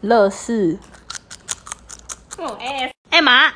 乐事那种 AS 艾玛，